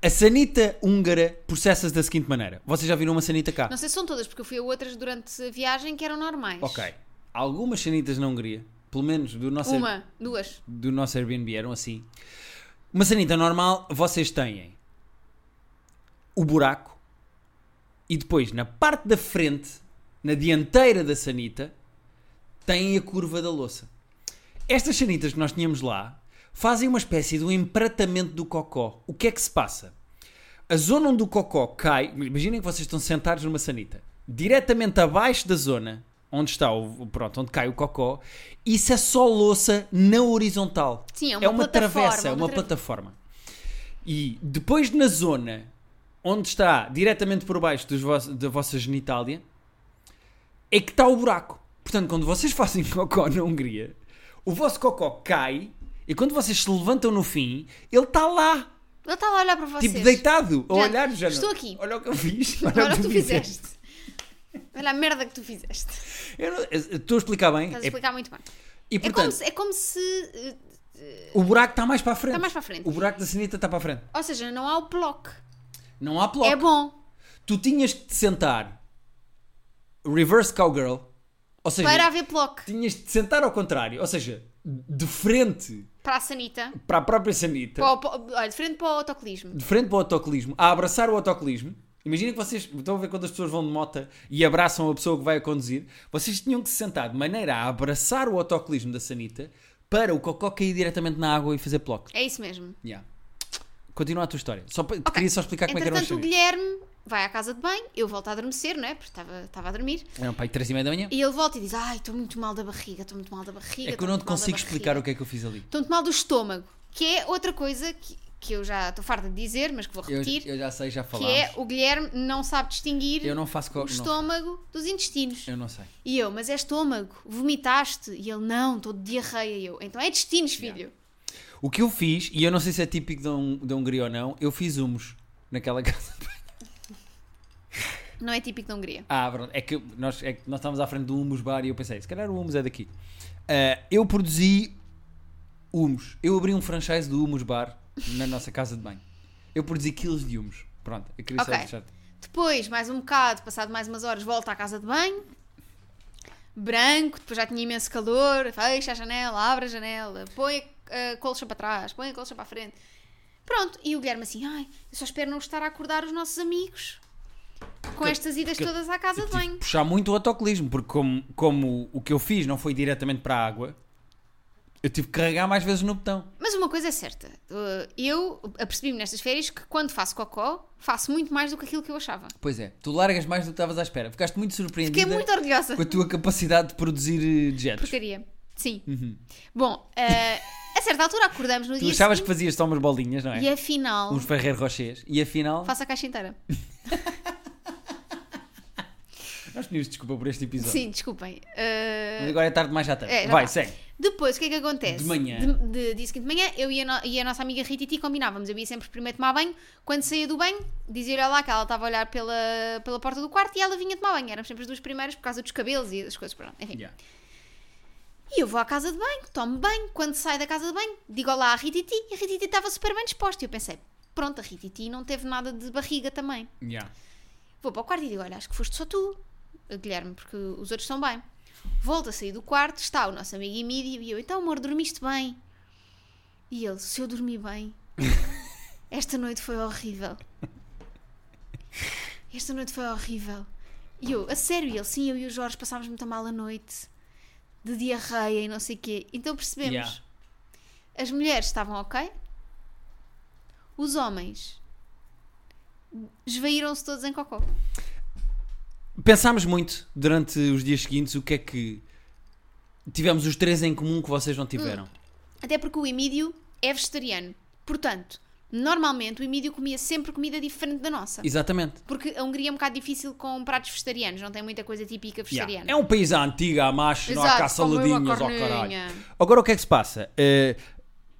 Speaker 1: a sanita húngara processa-se da seguinte maneira. Vocês já viram uma sanita cá?
Speaker 2: Não sei se são todas, porque eu fui a outras durante a viagem que eram normais.
Speaker 1: Ok. Algumas sanitas na Hungria, pelo menos do nosso, Air-
Speaker 2: Uma, duas.
Speaker 1: do nosso Airbnb, eram assim. Uma sanita normal, vocês têm o buraco e depois na parte da frente, na dianteira da sanita, têm a curva da louça. Estas sanitas que nós tínhamos lá fazem uma espécie de um empratamento do cocó. O que é que se passa? A zona onde o cocó cai, imaginem que vocês estão sentados numa sanita, diretamente abaixo da zona onde está o, o- pronto, onde cai o cocó, isso é só louça na horizontal.
Speaker 2: Sim, é uma plataforma,
Speaker 1: travessa, é
Speaker 2: uma
Speaker 1: uma
Speaker 2: tra-
Speaker 1: plataforma. E depois na zona onde está diretamente por baixo dos vos- da vossa genitália, é que está o buraco. Portanto, quando vocês fazem cocó na Hungria, o vosso cocó cai e quando vocês se levantam no fim, ele está lá.
Speaker 2: Ele estava a olhar para vocês.
Speaker 1: Tipo, deitado, a
Speaker 2: Já,
Speaker 1: olhar já.
Speaker 2: estou aqui.
Speaker 1: Olha o que eu fiz. Olha,
Speaker 2: Olha o que tu fizeste. Olha a merda que tu fizeste.
Speaker 1: Eu não- eu- eu Estou a explicar bem.
Speaker 2: Estás a
Speaker 1: É-
Speaker 2: explicar muito bem.
Speaker 1: e
Speaker 2: É como
Speaker 1: portanto,
Speaker 2: se. É como se eh,
Speaker 1: o buraco está mais para a frente.
Speaker 2: Está mais para a frente.
Speaker 1: O buraco da sanita está para a frente.
Speaker 2: ou seja, não há o bloco.
Speaker 1: Não há bloco.
Speaker 2: É bom.
Speaker 1: Tu tinhas que te sentar reverse cowgirl. Ou seja,
Speaker 2: Para haver bloco.
Speaker 1: tinhas de te sentar ao contrário. Ou seja, de frente
Speaker 2: Para a sanita.
Speaker 1: para a própria sanita.
Speaker 2: Para o- para o- olha, de frente para o autocolismo.
Speaker 1: de frente para o autocolismo, a abraçar o autocolismo. Imagina que vocês estão a ver quando as pessoas vão de mota e abraçam a pessoa que vai a conduzir. Vocês tinham que se sentar de maneira a abraçar o autocolismo da sanita para o cocó cair diretamente na água e fazer bloco.
Speaker 2: É isso mesmo.
Speaker 1: Yeah. Continua a tua história. Só pa- te
Speaker 2: Ok.
Speaker 1: Queria só explicar como é que era o
Speaker 2: Entretanto, um o
Speaker 1: sanita.
Speaker 2: Guilherme vai à casa de banho, eu volto a adormecer, não é? Porque estava, estava a dormir.
Speaker 1: Eram para aí três e meia da manhã.
Speaker 2: E ele volta e diz: Ai, estou muito mal da barriga, estou muito mal da barriga.
Speaker 1: É que eu não te consigo explicar o que é que eu fiz ali.
Speaker 2: Estou muito mal do estômago. Que é outra coisa que, que eu já estou farta de dizer, mas que vou
Speaker 1: Eu,
Speaker 2: repetir.
Speaker 1: eu já sei, já
Speaker 2: que
Speaker 1: falámos.
Speaker 2: é o Guilherme não sabe distinguir
Speaker 1: Eu não faço... Co...
Speaker 2: o
Speaker 1: Não,
Speaker 2: estômago dos intestinos.
Speaker 1: eu não sei.
Speaker 2: E eu, mas é estômago, vomitaste? E ele, não, estou de diarreia. E eu, então é intestinos, filho.
Speaker 1: O que eu fiz, e eu não sei se é típico da Hun- da Hungria ou não, eu fiz humus naquela casa.
Speaker 2: Não é típico da Hungria.
Speaker 1: Ah, pronto. É que nós, é que nós estávamos à frente do Humus Bar e eu pensei, se calhar o Humus é daqui. Ah, eu produzi Humus. Eu abri um franchise do Humus Bar na nossa casa de banho. Eu produzi quilos de Humus. Pronto, eu queria
Speaker 2: Ok.
Speaker 1: só deixar.
Speaker 2: Depois, mais um bocado, passado mais umas horas, volta à casa de banho. Branco, depois já tinha imenso calor. Fecha a janela, abre a janela, põe a a colcha para trás, põe a colcha para a frente. Pronto, e o Guilherme assim, ai, eu só espero não estar a acordar os nossos amigos com estas idas
Speaker 1: porque-
Speaker 2: todas à casa
Speaker 1: Tive
Speaker 2: de
Speaker 1: que
Speaker 2: banho.
Speaker 1: tipo, puxar muito o autocolismo, porque como, como o que eu fiz não foi diretamente para a água, eu tive que carregar mais vezes no botão.
Speaker 2: Mas uma coisa é certa, eh, eu apercebi-me nestas férias que quando faço cocó, faço muito mais do que aquilo que eu achava.
Speaker 1: Pois é, tu largas mais do que estavas à espera. Ficaste muito surpreendida
Speaker 2: Fiquei muito orgulhosa.
Speaker 1: com a tua capacidade de produzir eh, dejetos.
Speaker 2: Porcaria. Sim. Bom, eh, a certa altura acordamos no
Speaker 1: Uhum. Tu
Speaker 2: dia
Speaker 1: achavas que
Speaker 2: seguinte
Speaker 1: fazias só umas bolinhas, não é?
Speaker 2: assim e afinal
Speaker 1: Uns Ferrer Rochers. E afinal,
Speaker 2: faço a caixa inteira.
Speaker 1: nós pedimos desculpa por este episódio.
Speaker 2: Sim, desculpem. Eh,
Speaker 1: Mas agora é tarde mais à tarde.
Speaker 2: É, já
Speaker 1: Vai,
Speaker 2: tá.
Speaker 1: segue.
Speaker 2: Depois, o que é que acontece?
Speaker 1: De manhã.
Speaker 2: De, de, dia seguinte de manhã, eu e a, no- e a nossa amiga Rititi combinávamos. Eu ia sempre primeiro tomar banho. Quando saía do banho, dizia-lhe lá que ela estava a olhar pela, pela porta do quarto e ela vinha tomar banho. Éramos sempre as duas primeiras por causa dos cabelos e das coisas. Pronto, enfim.
Speaker 1: Yeah.
Speaker 2: E eu vou à casa de banho, tomo banho. Quando saio da casa de banho, digo olá à Rititi e a Rititi estava super bem disposta. E eu pensei, pronto, a Rititi não teve nada de barriga também.
Speaker 1: Yeah.
Speaker 2: Vou para o quarto e digo: Olha, acho que foste só tu, Guilherme, porque os outros estão bem. Volto a sair do quarto, está o nosso amigo Emílio e eu: Então, amor, dormiste bem? E ele: Se eu dormi bem, esta noite foi horrível. Esta noite foi horrível. E eu: A sério? E ele: Sim, eu e o Jorge passámos muito mal a noite, de diarreia e não sei o quê. Então percebemos:
Speaker 1: Yeah.
Speaker 2: as mulheres estavam ok, os homens esvaíram-se todos em cocó.
Speaker 1: Pensámos muito durante os dias seguintes o que é que tivemos os três em comum que vocês não tiveram.
Speaker 2: Hum. Até porque o Emílio é vegetariano. Portanto, normalmente o Emílio comia sempre comida diferente da nossa.
Speaker 1: Exatamente.
Speaker 2: Porque a Hungria é um bocado difícil com pratos vegetarianos, não tem muita coisa típica
Speaker 1: Yeah.
Speaker 2: vegetariana.
Speaker 1: É um país à antiga, à macho, não há
Speaker 2: Exato,
Speaker 1: cá
Speaker 2: como eu, a
Speaker 1: saladinhas, ó
Speaker 2: carninha.
Speaker 1: caralho. Agora o que é que se passa? Eh,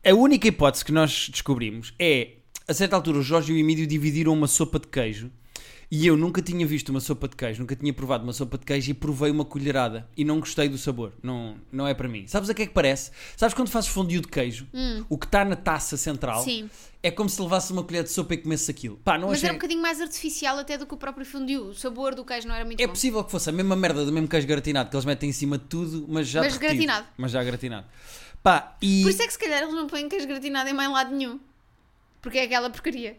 Speaker 1: a única hipótese que nós descobrimos é, a certa altura, o Jorge e o Emílio dividiram uma sopa de queijo e eu nunca tinha visto uma sopa de queijo, nunca tinha provado uma sopa de queijo e provei uma colherada e não gostei do sabor. Não, não é para mim. Sabes a que é que parece? Sabes quando fazes fondue de queijo, o que está na taça central
Speaker 2: Hum. Sim.
Speaker 1: é como se levasse uma colher de sopa e comesse aquilo. Pá, não
Speaker 2: Mas
Speaker 1: achei...
Speaker 2: era um bocadinho mais artificial até do que o próprio fundiu. O sabor do queijo não era muito
Speaker 1: É
Speaker 2: bom.
Speaker 1: possível que fosse a mesma merda do mesmo queijo gratinado que eles metem em cima de tudo, mas já
Speaker 2: Mas
Speaker 1: derretido.
Speaker 2: gratinado.
Speaker 1: Mas já gratinado. Pá, e...
Speaker 2: Por isso é que se calhar eles não põem queijo gratinado em mais lado nenhum. Porque é aquela porcaria.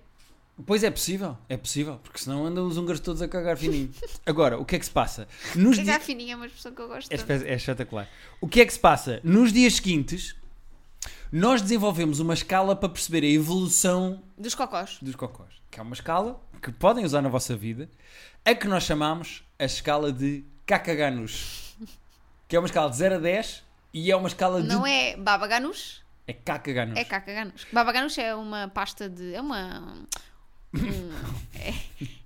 Speaker 1: Pois é possível, é possível, porque senão andam os húngaros todos a cagar fininho. Agora, o que é que se passa? Nos
Speaker 2: Cagar
Speaker 1: dias...
Speaker 2: fininha é uma expressão que eu gosto.
Speaker 1: É,
Speaker 2: tanto.
Speaker 1: espe- é espetacular. O que é que se passa? Nos dias seguintes, nós desenvolvemos uma escala para perceber a evolução
Speaker 2: Dos cocós.
Speaker 1: dos cocós. Que é uma escala que podem usar na vossa vida, a que nós chamamos a escala de cacaganus. Que é uma escala de 0 a 10 e é uma escala de...
Speaker 2: Não é baba ganoush,
Speaker 1: É cacaganus.
Speaker 2: É caca ganoush. Baba ganoush é uma pasta de. É uma. um- é,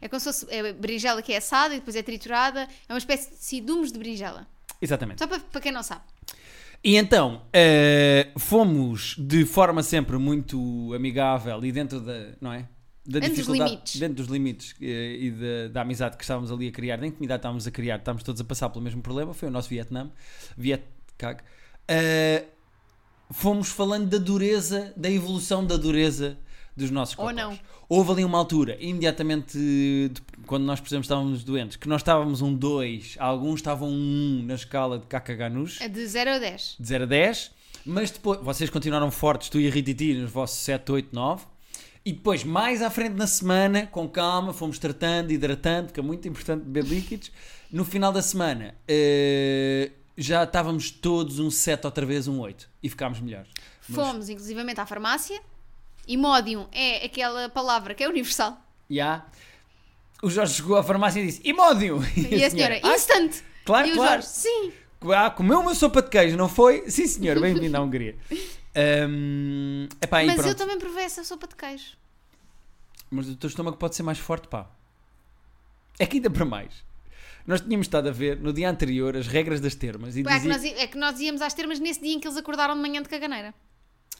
Speaker 2: é como se fosse é berinjela que é assada e depois é triturada. É uma espécie de dumes de berinjela.
Speaker 1: Exatamente.
Speaker 2: Só para, para quem não sabe.
Speaker 1: E então, eh, fomos de forma sempre muito amigável e dentro da, não é? Da
Speaker 2: Dentro dos
Speaker 1: dificuldade-
Speaker 2: limites.
Speaker 1: Dentro dos limites eh, e da, da amizade que estávamos ali a criar, da intimidade que estávamos a criar, estávamos todos a passar pelo mesmo problema, foi o nosso Vietnã, Vietcag. Eh, fomos falando da dureza, da evolução da dureza dos nossos
Speaker 2: Ou
Speaker 1: cocós.
Speaker 2: não.
Speaker 1: Houve ali uma altura, imediatamente de- quando nós, por exemplo, estávamos doentes, que nós estávamos um 2, alguns estavam um 1 na escala de cacaganus
Speaker 2: É de 0 a 10.
Speaker 1: de 0 a 10, mas depois vocês continuaram fortes, tu e a Rititi, nos vossos 7, 8, 9. E depois, mais à frente na semana, com calma, fomos tratando, hidratando, porque é muito importante beber líquidos. No final da semana, eh, já estávamos todos um 7, outra vez um 8, e ficámos melhores. Mas-
Speaker 2: Fomos inclusivamente à farmácia. Imódium é aquela palavra que é universal.
Speaker 1: Já. O Jorge chegou à farmácia e disse: Imódio!
Speaker 2: E a senhora,
Speaker 1: "Ah,
Speaker 2: instant!
Speaker 1: claro,
Speaker 2: e o
Speaker 1: claro.
Speaker 2: Jorge, sim!
Speaker 1: Ah, comeu uma sopa de queijo, não foi? Sim, senhor, bem-vindo à Hungria. Ahm, epá, e
Speaker 2: Mas eu
Speaker 1: pronto.
Speaker 2: também provei essa sopa de queijo.
Speaker 1: Mas o teu estômago pode ser mais forte, pá. É que ainda para mais. Nós tínhamos estado a ver no dia anterior as regras das termas e
Speaker 2: É que,
Speaker 1: dizia...
Speaker 2: nós, é que nós íamos às termas nesse dia em que eles acordaram de manhã de caganeira.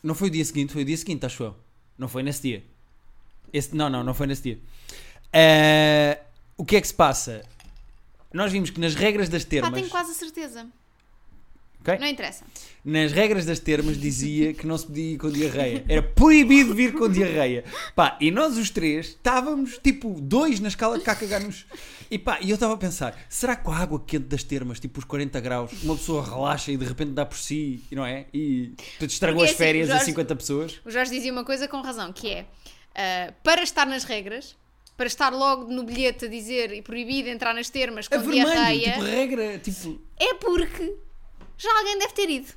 Speaker 1: Não foi o dia seguinte, foi o dia seguinte, acho eu. Não foi nesse dia. Esse... Não, não, não foi nesse dia. Ah, O que é que se passa? Nós vimos que nas regras das
Speaker 2: Pá,
Speaker 1: termas...
Speaker 2: tenho quase a certeza.
Speaker 1: Ok?
Speaker 2: Não interessa.
Speaker 1: Nas regras das termas dizia que não se podia ir com diarreia. Era proibido vir com diarreia. Pá, e nós os três estávamos tipo dois na escala de cacagarmos. E pá, e eu estava a pensar, será que com a água quente das termas, tipo os 40 graus, uma pessoa relaxa e de repente dá por si, e não é? E portanto, estragou
Speaker 2: Porque é
Speaker 1: as
Speaker 2: assim,
Speaker 1: férias a
Speaker 2: Jorge-
Speaker 1: 50 pessoas.
Speaker 2: O Jorge dizia uma coisa com razão, que é ah, para estar nas regras, para estar logo no bilhete a dizer e proibido entrar nas termas com
Speaker 1: A É vermelho,
Speaker 2: diarreia,
Speaker 1: tipo regra, tipo...
Speaker 2: é porque já alguém deve ter ido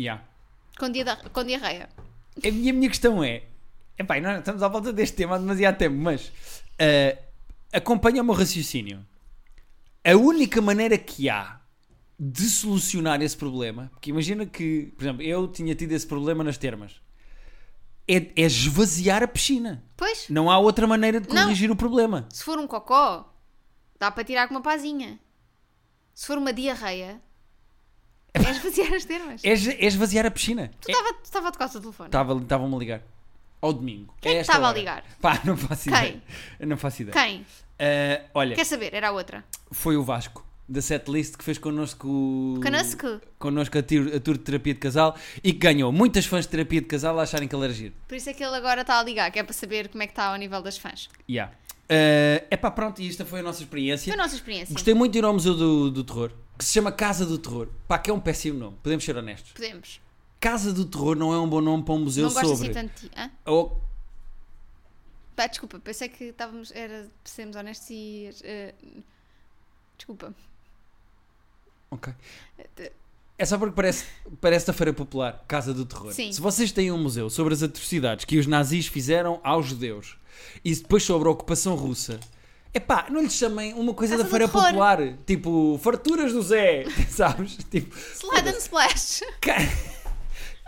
Speaker 1: Yeah.
Speaker 2: com, dia, com diarreia.
Speaker 1: A minha, a minha questão é. Epá, nós estamos à volta deste tema há demasiado tempo, mas ah, acompanha o meu raciocínio. A única maneira que há de solucionar esse problema, porque imagina que, por exemplo, eu tinha tido esse problema nas termas, é, é esvaziar a piscina.
Speaker 2: Pois,
Speaker 1: Não há outra maneira de
Speaker 2: Não.
Speaker 1: corrigir o problema.
Speaker 2: se for um cocó, dá para tirar com uma pazinha. Se for uma diarreia, é esvaziar as termas.
Speaker 1: É, Tá. es- é esvaziar a piscina. É,
Speaker 2: Tu estava- tu estava de costas o telefone.
Speaker 1: Estavam-me a ligar. Ao domingo.
Speaker 2: Quem é que
Speaker 1: esta
Speaker 2: estava a
Speaker 1: hora.
Speaker 2: ligar?
Speaker 1: Pá, não faço
Speaker 2: Quem?
Speaker 1: ideia. Eu Não faço ideia.
Speaker 2: Quem?
Speaker 1: Ah, olha,
Speaker 2: Quer saber? Era a outra.
Speaker 1: foi o Vasco da setlist que fez connosco, o-
Speaker 2: Connosco.
Speaker 1: connosco a, tir- a tour de terapia de casal e que ganhou muitas fãs de terapia de casal a acharem que ele era giro.
Speaker 2: Por isso é que ele agora está a ligar, que é para saber como é que está ao nível das fãs.
Speaker 1: Yeah. Ah, epá, pronto, e esta foi a nossa experiência.
Speaker 2: Foi a nossa experiência.
Speaker 1: Gostei muito de ir ao Museu do, do Terror, que se chama Casa do Terror. Pá, que é um péssimo nome, podemos ser honestos.
Speaker 2: Podemos.
Speaker 1: Casa do Terror não é um bom nome para um museu
Speaker 2: não gosto
Speaker 1: sobre. Oh,
Speaker 2: assim tanto de ti. hã?
Speaker 1: Ou-
Speaker 2: Pá, desculpa, pensei que estávamos. Era, para sermos honestos e. eh, desculpa.
Speaker 1: Ok. É só porque parece, parece da Feira Popular, Casa do Terror.
Speaker 2: Sim.
Speaker 1: Se vocês têm um museu sobre as atrocidades que os nazis fizeram aos judeus e depois sobre a ocupação russa, epá, não lhes chamem uma coisa
Speaker 2: Casa
Speaker 1: da
Speaker 2: do
Speaker 1: Feira
Speaker 2: Terror.
Speaker 1: Popular, tipo farturas do Zé, sabes? tipo,
Speaker 2: Slide and splash.
Speaker 1: ca-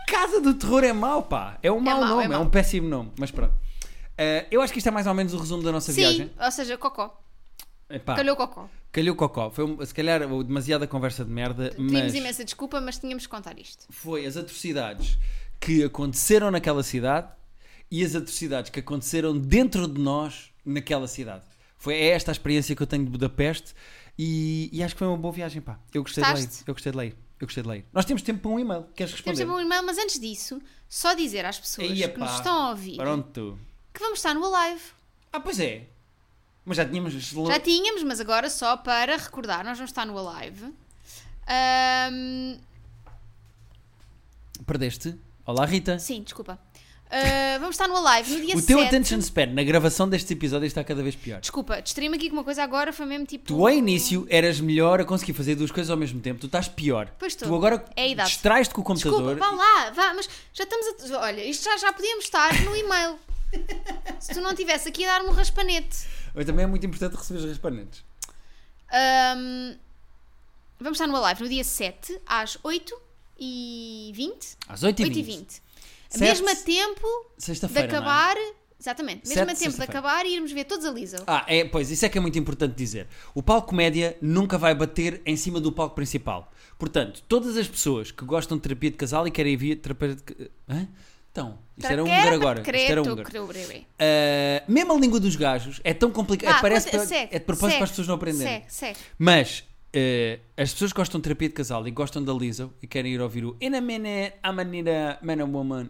Speaker 1: Casa do Terror é mau, pá. É um mau
Speaker 2: mau,
Speaker 1: nome,
Speaker 2: é
Speaker 1: é,
Speaker 2: mau.
Speaker 1: um péssimo nome, mas pronto. Eh, eu acho que isto é mais ou menos o resumo da nossa viagem. Ah.
Speaker 2: Sim, ou seja, cocó.
Speaker 1: Epá,
Speaker 2: Calhou cocó.
Speaker 1: calhou cocó. Foi um- se calhar demasiada conversa de merda,
Speaker 2: Tínhamos
Speaker 1: mas...
Speaker 2: imensa desculpa, mas tínhamos que contar isto.
Speaker 1: foi as atrocidades que aconteceram naquela cidade e as atrocidades que aconteceram dentro de nós naquela cidade. Foi esta a experiência que eu tenho de Budapeste e, e acho que foi uma boa viagem, pá. Eu gostei de
Speaker 2: Gostaste?
Speaker 1: ler. Eu gostei de ler. Eu gostei de ler. Nós temos tempo para um e-mail. Queres
Speaker 2: Temos
Speaker 1: responder?
Speaker 2: sempre um e-mail, mas antes disso, só dizer às pessoas
Speaker 1: Eia,
Speaker 2: que
Speaker 1: pá.
Speaker 2: nos estão a ouvir
Speaker 1: Pronto.
Speaker 2: que vamos estar no Alive.
Speaker 1: Ah, pois é. Mas já tínhamos.
Speaker 2: Já tínhamos, mas agora só para recordar, nós vamos estar no Alive. Ahm,
Speaker 1: Perdeste. Olá, Rita.
Speaker 2: sim, desculpa. Ah, vamos estar no Alive no dia
Speaker 1: O teu
Speaker 2: 7.
Speaker 1: attention span na gravação destes episódios está cada vez pior.
Speaker 2: Desculpa, distraí-me aqui com uma coisa agora, foi mesmo tipo.
Speaker 1: Tu ao início eras melhor a conseguir fazer duas coisas ao mesmo tempo, tu estás pior.
Speaker 2: Pois estou.
Speaker 1: tu agora
Speaker 2: É a idade.
Speaker 1: distrais-te com o
Speaker 2: Desculpa,
Speaker 1: computador.
Speaker 2: vá lá, vá, mas já estamos a. Olha, isto já, já podíamos estar no e-mail. Se tu não estivesse aqui a dar-me um raspanete.
Speaker 1: Mas também é muito importante receber os respondentes.
Speaker 2: Ahm, vamos estar no Alive no dia 7 às 8 e 20.
Speaker 1: Às 8h20.
Speaker 2: 8 e 20.
Speaker 1: Sete-
Speaker 2: Mesmo a tempo de
Speaker 1: Sexta-feira. não é?
Speaker 2: acabar. Exatamente, mesmo
Speaker 1: Sete,
Speaker 2: a tempo de
Speaker 1: sexta-feira.
Speaker 2: acabar e irmos ver todos a Lisa.
Speaker 1: Ah, é, pois, isso é que é muito importante dizer. O palco comédia nunca vai bater em cima do palco principal. Portanto, todas as pessoas que gostam de terapia de casal e querem vir terapia de. ca- Hã? Então,
Speaker 2: Tá,
Speaker 1: isto era húngaro agora. Isto era um húngaro. Ah, mesmo a língua dos gajos é tão
Speaker 2: Ah,
Speaker 1: complicada. parece para- é de propósito para as pessoas não aprenderem.
Speaker 2: Segue, segue.
Speaker 1: Mas eh, as pessoas que gostam de terapia de casal e gostam da Lizzo e querem ir ouvir o In a Minute, I'm a Need a Man and Woman,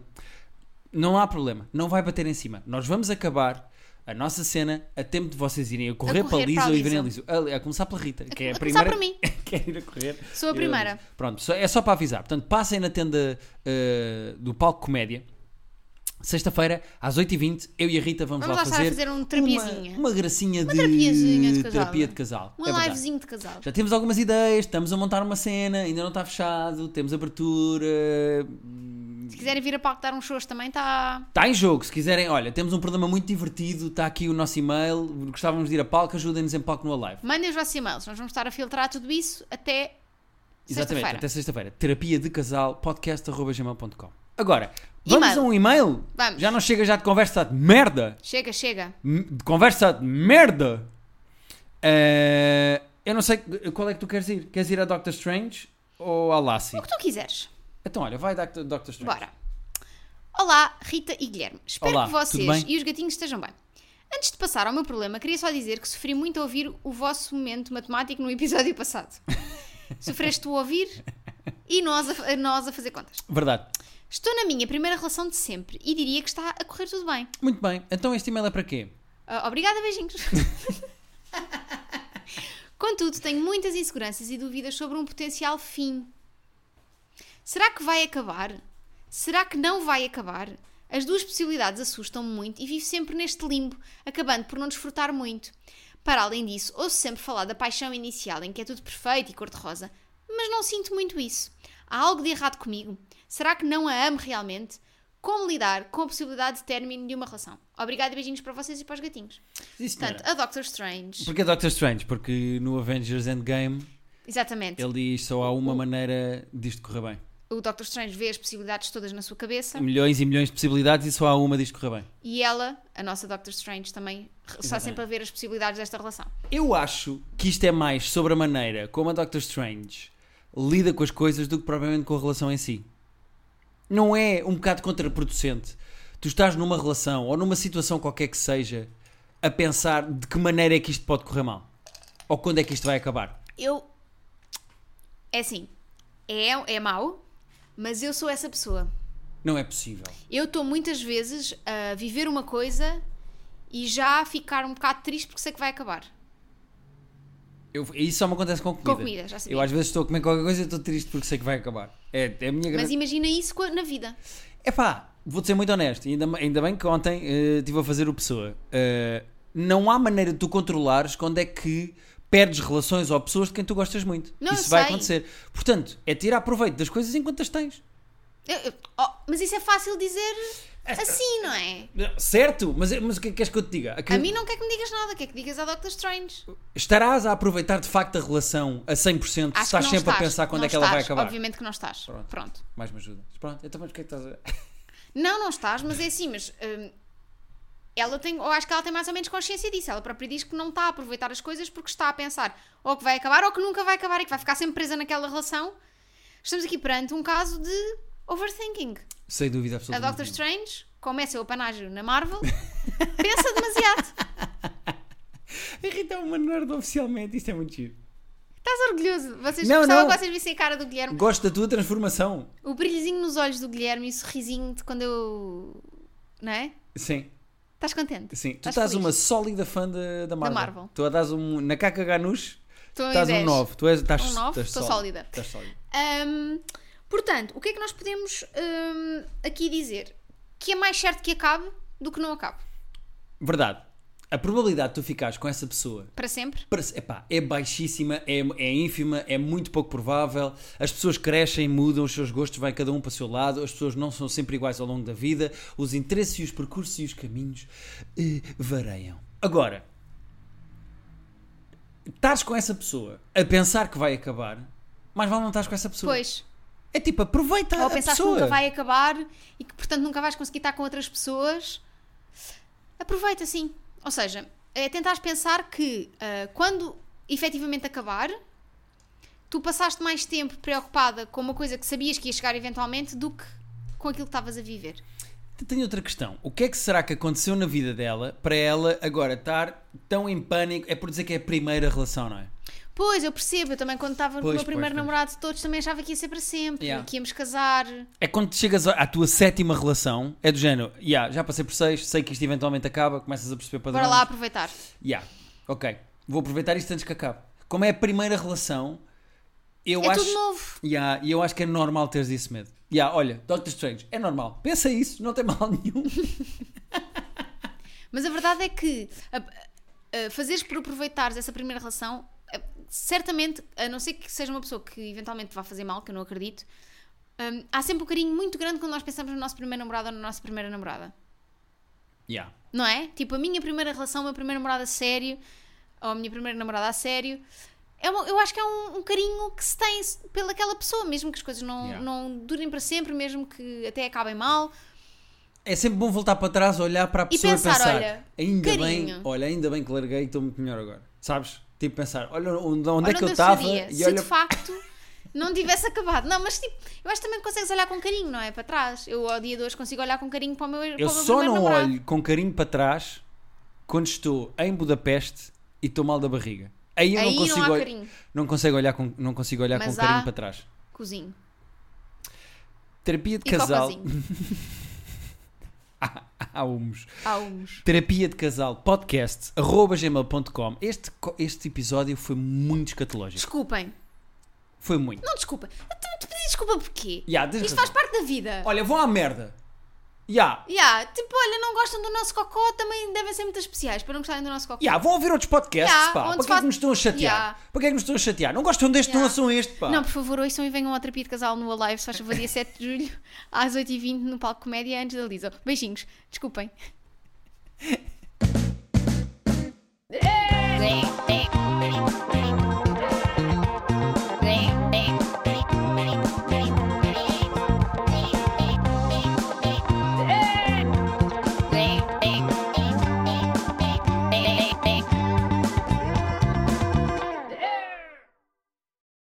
Speaker 1: não há problema, não vai bater em cima. Nós vamos acabar a nossa cena a tempo de vocês irem a correr,
Speaker 2: A correr
Speaker 1: para a Lizzo
Speaker 2: para a
Speaker 1: e virem a
Speaker 2: Lizzo.
Speaker 1: Lizzo. A, a começar pela Rita, que é a,
Speaker 2: começar
Speaker 1: primeira.
Speaker 2: por mim.
Speaker 1: quer ir a correr.
Speaker 2: Sou a
Speaker 1: ir Lizzo.
Speaker 2: primeira.
Speaker 1: Pronto, só- é só para avisar. Portanto, passem na tenda eh, do palco comédia. Sexta-feira, às 8h20, eu e a Rita vamos,
Speaker 2: Vamos lá estar a
Speaker 1: fazer,
Speaker 2: fazer um terapiazinha.
Speaker 1: Uma, uma gracinha de
Speaker 2: terapiazinha de casal.
Speaker 1: terapia de casal.
Speaker 2: Um
Speaker 1: É verdade.
Speaker 2: livezinho de casal.
Speaker 1: Já temos algumas ideias, estamos a montar uma cena, ainda não está fechado, temos abertura.
Speaker 2: Se quiserem vir a palco dar uns shows também tá. está.
Speaker 1: Está em jogo, se quiserem. Olha, temos um programa muito divertido, está aqui o nosso e-mail. Gostávamos de ir a palco, ajudem-nos em palco no Alive.
Speaker 2: Mandem os vossos e-mails, nós vamos estar a filtrar tudo isso até
Speaker 1: Exatamente,
Speaker 2: sexta-feira.
Speaker 1: até sexta-feira. Terapia de casal, podcast.gmail.com. Agora, vamos
Speaker 2: E-mail.
Speaker 1: a um e-mail?
Speaker 2: Vamos.
Speaker 1: Já não chega já de conversa de merda?
Speaker 2: Chega, chega.
Speaker 1: M- De conversa de merda? Eh, eu não sei qual é que tu queres ir. Queres ir a Doctor Strange ou a Lassie?
Speaker 2: O que tu quiseres.
Speaker 1: Então, olha, vai a Doctor Doctor Strange.
Speaker 2: Bora. Olá, Rita e Guilherme. Espero
Speaker 1: Olá,
Speaker 2: que vocês
Speaker 1: tudo bem?
Speaker 2: e os gatinhos estejam bem. Antes de passar ao meu problema, queria só dizer que sofri muito a ouvir o vosso momento matemático no episódio passado. Sofreste tu a ouvir e nós a, nós a fazer contas.
Speaker 1: Verdade.
Speaker 2: Estou na minha primeira relação de sempre e diria que está a correr tudo bem.
Speaker 1: Muito bem, então este e-mail é para quê?
Speaker 2: Ah, obrigada, beijinhos. Contudo, tenho muitas inseguranças e dúvidas sobre um potencial fim. Será que vai acabar? Será que não vai acabar? As duas possibilidades assustam-me muito e vivo sempre neste limbo, acabando por não desfrutar muito. Para além disso, ouço sempre falar da paixão inicial, em que é tudo perfeito e cor-de-rosa, mas não sinto muito isso. Há algo de errado comigo? Será que não a amo realmente? Como lidar com a possibilidade de término de uma relação? Obrigada e beijinhos para vocês e para os gatinhos.
Speaker 1: Sim, senhora.
Speaker 2: Portanto, a Doctor Strange.
Speaker 1: Porque é Doctor Strange? Porque no Avengers Endgame
Speaker 2: Exatamente.
Speaker 1: ele diz só há uma maneira disto correr bem.
Speaker 2: O Doctor Strange vê as possibilidades todas na sua cabeça
Speaker 1: Milhões e milhões de possibilidades e só há uma disto correr bem.
Speaker 2: e ela, a nossa Doctor Strange, também está
Speaker 1: Exatamente.
Speaker 2: sempre a ver as possibilidades desta relação.
Speaker 1: Eu acho que isto é mais sobre a maneira como a Doctor Strange lida com as coisas do que propriamente com a relação em si. Não é um bocado contraproducente. Tu estás numa relação ou numa situação qualquer que seja a pensar de que maneira é que isto pode correr mal. Ou quando é que isto vai acabar.
Speaker 2: Eu. É assim. É, é mau, mas eu sou essa pessoa.
Speaker 1: Não é possível.
Speaker 2: Eu estou muitas vezes a viver uma coisa e já a ficar um bocado triste porque sei que vai acabar.
Speaker 1: Eu, isso só me acontece com comida.
Speaker 2: Com comida, já sabia.
Speaker 1: eu às vezes estou a comer qualquer coisa e estou triste porque sei que vai acabar. É, é a minha
Speaker 2: Mas
Speaker 1: grande.
Speaker 2: imagina isso co- na vida.
Speaker 1: Epá, vou-te ser muito honesto, ainda, ainda bem que ontem eh, estive a fazer o Pessoa. Eh, não há maneira de tu controlares quando é que perdes relações ou pessoas de quem tu gostas muito.
Speaker 2: Não,
Speaker 1: Isso
Speaker 2: eu
Speaker 1: vai
Speaker 2: sei.
Speaker 1: acontecer. Portanto, é tirar proveito das coisas enquanto as tens.
Speaker 2: Eu- eu- oh, mas isso é fácil dizer assim, não é?
Speaker 1: Certo? Mas, mas o que é que queres que eu te diga? Que
Speaker 2: A mim não quer que me digas nada, quer que digas à Doctor Strange.
Speaker 1: Estarás a aproveitar de facto a relação a 100% se
Speaker 2: Acho
Speaker 1: estás
Speaker 2: que não
Speaker 1: sempre
Speaker 2: estás.
Speaker 1: a pensar quando
Speaker 2: Não
Speaker 1: é que ela vai
Speaker 2: estás,
Speaker 1: acabar.
Speaker 2: Obviamente que não estás. Pronto.
Speaker 1: Mais me ajuda. Pronto, então mas o que é que estás a.
Speaker 2: Não, não estás, mas é assim, mas. hum, ela tem, eu acho que ela tem mais ou menos consciência disso. Ela própria diz que não está a aproveitar as coisas porque está a pensar ou que vai acabar ou que nunca vai acabar e que vai ficar sempre presa naquela relação. Estamos aqui perante um caso de overthinking.
Speaker 1: Sem dúvida
Speaker 2: A
Speaker 1: absoluta.
Speaker 2: Doctor Strange, como é seu apanágio na Marvel, pensa demasiado.
Speaker 1: A Rita é uma nerd oficialmente, isto é muito giro.
Speaker 2: Estás orgulhoso. Vocês
Speaker 1: Não,
Speaker 2: gostavam
Speaker 1: não.
Speaker 2: que vocês vissem a cara do Guilherme.
Speaker 1: Gosto da tua transformação.
Speaker 2: O brilhozinho nos olhos do Guilherme e o sorrisinho de quando eu. Não é?
Speaker 1: Sim.
Speaker 2: Estás contente?
Speaker 1: Sim, tu
Speaker 2: Estás
Speaker 1: estás
Speaker 2: feliz?
Speaker 1: uma sólida fã da, da Marvel.
Speaker 2: Marvel.
Speaker 1: Tu dás um. Na caca ganus,
Speaker 2: Estou em
Speaker 1: estás um
Speaker 2: 10.
Speaker 1: 9. Tu és, estás,
Speaker 2: Um nove,
Speaker 1: estás
Speaker 2: estou sólida.
Speaker 1: Estás sólida.
Speaker 2: Hum, portanto, o que é que nós podemos hum, aqui dizer? Que é mais certo que acabe do que não acabe.
Speaker 1: Verdade. A probabilidade de tu ficares com essa pessoa
Speaker 2: Para sempre.
Speaker 1: para- epá, é baixíssima, é, é ínfima, é muito pouco provável. As pessoas crescem, mudam, os seus gostos vai cada um para o seu lado, as pessoas não são sempre iguais ao longo da vida, os interesses e os percursos e os caminhos eh, variam. Agora, estás com essa pessoa a pensar que vai acabar, mais vale não estás com essa pessoa.
Speaker 2: Pois.
Speaker 1: É tipo, aproveita
Speaker 2: Ou
Speaker 1: a
Speaker 2: pensar que
Speaker 1: pessoa.
Speaker 2: nunca vai acabar e que, portanto, nunca vais conseguir estar com outras pessoas. Aproveita, sim. Ou seja, é tentares pensar que ah, quando efetivamente acabar, tu passaste mais tempo preocupada com uma coisa que sabias que ia chegar eventualmente do que com aquilo que estavas a viver.
Speaker 1: Tenho outra questão. O que é que será que aconteceu na vida dela para ela agora estar tão em pânico? É por dizer que é a primeira relação, não é?
Speaker 2: Pois, eu percebo. Eu também, quando estava com o
Speaker 1: Pois,
Speaker 2: meu primeiro
Speaker 1: pois, pois.
Speaker 2: namorado de todos, também achava que ia ser para sempre.
Speaker 1: Yeah.
Speaker 2: Que íamos casar.
Speaker 1: É quando chegas à tua sétima relação, é do género, "Ya, já passei por seis, sei que isto eventualmente acaba, começas a perceber padrões.
Speaker 2: Bora lá aproveitar.
Speaker 1: Ya, ok, vou aproveitar isto antes que acabe. Como é a primeira relação, eu
Speaker 2: é
Speaker 1: acho.
Speaker 2: tudo novo.
Speaker 1: Ya, e eu acho que é normal teres isso medo. Ya, olha, Doctor Strange, é normal. Pensa isso, não tem mal nenhum.
Speaker 2: Mas a verdade é que a, a- a fazeres por aproveitares essa primeira relação, a- certamente, a não ser que seja uma pessoa que eventualmente vá fazer mal, que eu não acredito, hum, há sempre um carinho muito grande quando nós pensamos no nosso primeiro namorado ou na nossa primeira namorada.
Speaker 1: Ya.
Speaker 2: Não é? Tipo, a minha primeira relação, o meu primeiro namorado a sério, ou a minha primeira namorada a sério, é uma- eu acho que é um, um carinho que se tem s- pela aquela pessoa, mesmo que as coisas não,
Speaker 1: Yeah.
Speaker 2: não durem para sempre, mesmo que até acabem mal.
Speaker 1: É sempre bom voltar para trás, olhar para a pessoa e
Speaker 2: pensar,
Speaker 1: pensar,
Speaker 2: olha,
Speaker 1: ainda bem,
Speaker 2: carinho.
Speaker 1: olha, ainda bem que larguei e estou muito melhor agora. Sabes? Tipo pensar, olha onde, onde é que eu estava
Speaker 2: estaria?
Speaker 1: e
Speaker 2: Se
Speaker 1: olha
Speaker 2: de facto não tivesse acabado. Não, mas tipo, eu acho que também que consegues olhar com carinho, não é? Para trás. Eu ao dia de hoje consigo olhar com carinho para o meu para
Speaker 1: Eu
Speaker 2: o meu
Speaker 1: só
Speaker 2: primeiro
Speaker 1: não
Speaker 2: namorado.
Speaker 1: olho com carinho para trás quando estou em Budapeste e estou mal da barriga. Aí eu
Speaker 2: Aí
Speaker 1: não
Speaker 2: não
Speaker 1: consigo,
Speaker 2: há
Speaker 1: ol-
Speaker 2: carinho.
Speaker 1: não consigo olhar com, não consigo olhar com
Speaker 2: Mas
Speaker 1: carinho
Speaker 2: há-
Speaker 1: para trás.
Speaker 2: Cozinho.
Speaker 1: Terapia de
Speaker 2: E
Speaker 1: casal.
Speaker 2: cocozinho.
Speaker 1: Há humus.
Speaker 2: Há uns.
Speaker 1: Terapia de casal podcast arroba gmail.com. Este, co- este episódio foi muito escatológico.
Speaker 2: Desculpem.
Speaker 1: Foi muito.
Speaker 2: Não, desculpa. Eu te, te pedi desculpa porquê?
Speaker 1: Ya, tens razão.
Speaker 2: Isto faz parte da vida.
Speaker 1: Olha, vão à merda. Yeah.
Speaker 2: Yeah, tipo, olha, não gostam do nosso cocó, também devem ser muito especiais para não gostarem do nosso cocó.
Speaker 1: Yeah, vão ouvir outros podcasts,
Speaker 2: Yeah,
Speaker 1: pá. Para
Speaker 2: onde
Speaker 1: que
Speaker 2: se
Speaker 1: é
Speaker 2: faz-
Speaker 1: que nos estão a chatear?
Speaker 2: Yeah.
Speaker 1: Para que é que nos estão a chatear? Não gostam deste, não
Speaker 2: Yeah.
Speaker 1: ouçam este, pá.
Speaker 2: Não, por favor, ouçam e venham ao terapia de casal no Alive, se faz favor, dia 7 de julho, às 8h20, no palco Comédia, antes da Lisa. Beijinhos, desculpem.
Speaker 3: Zé, Zé.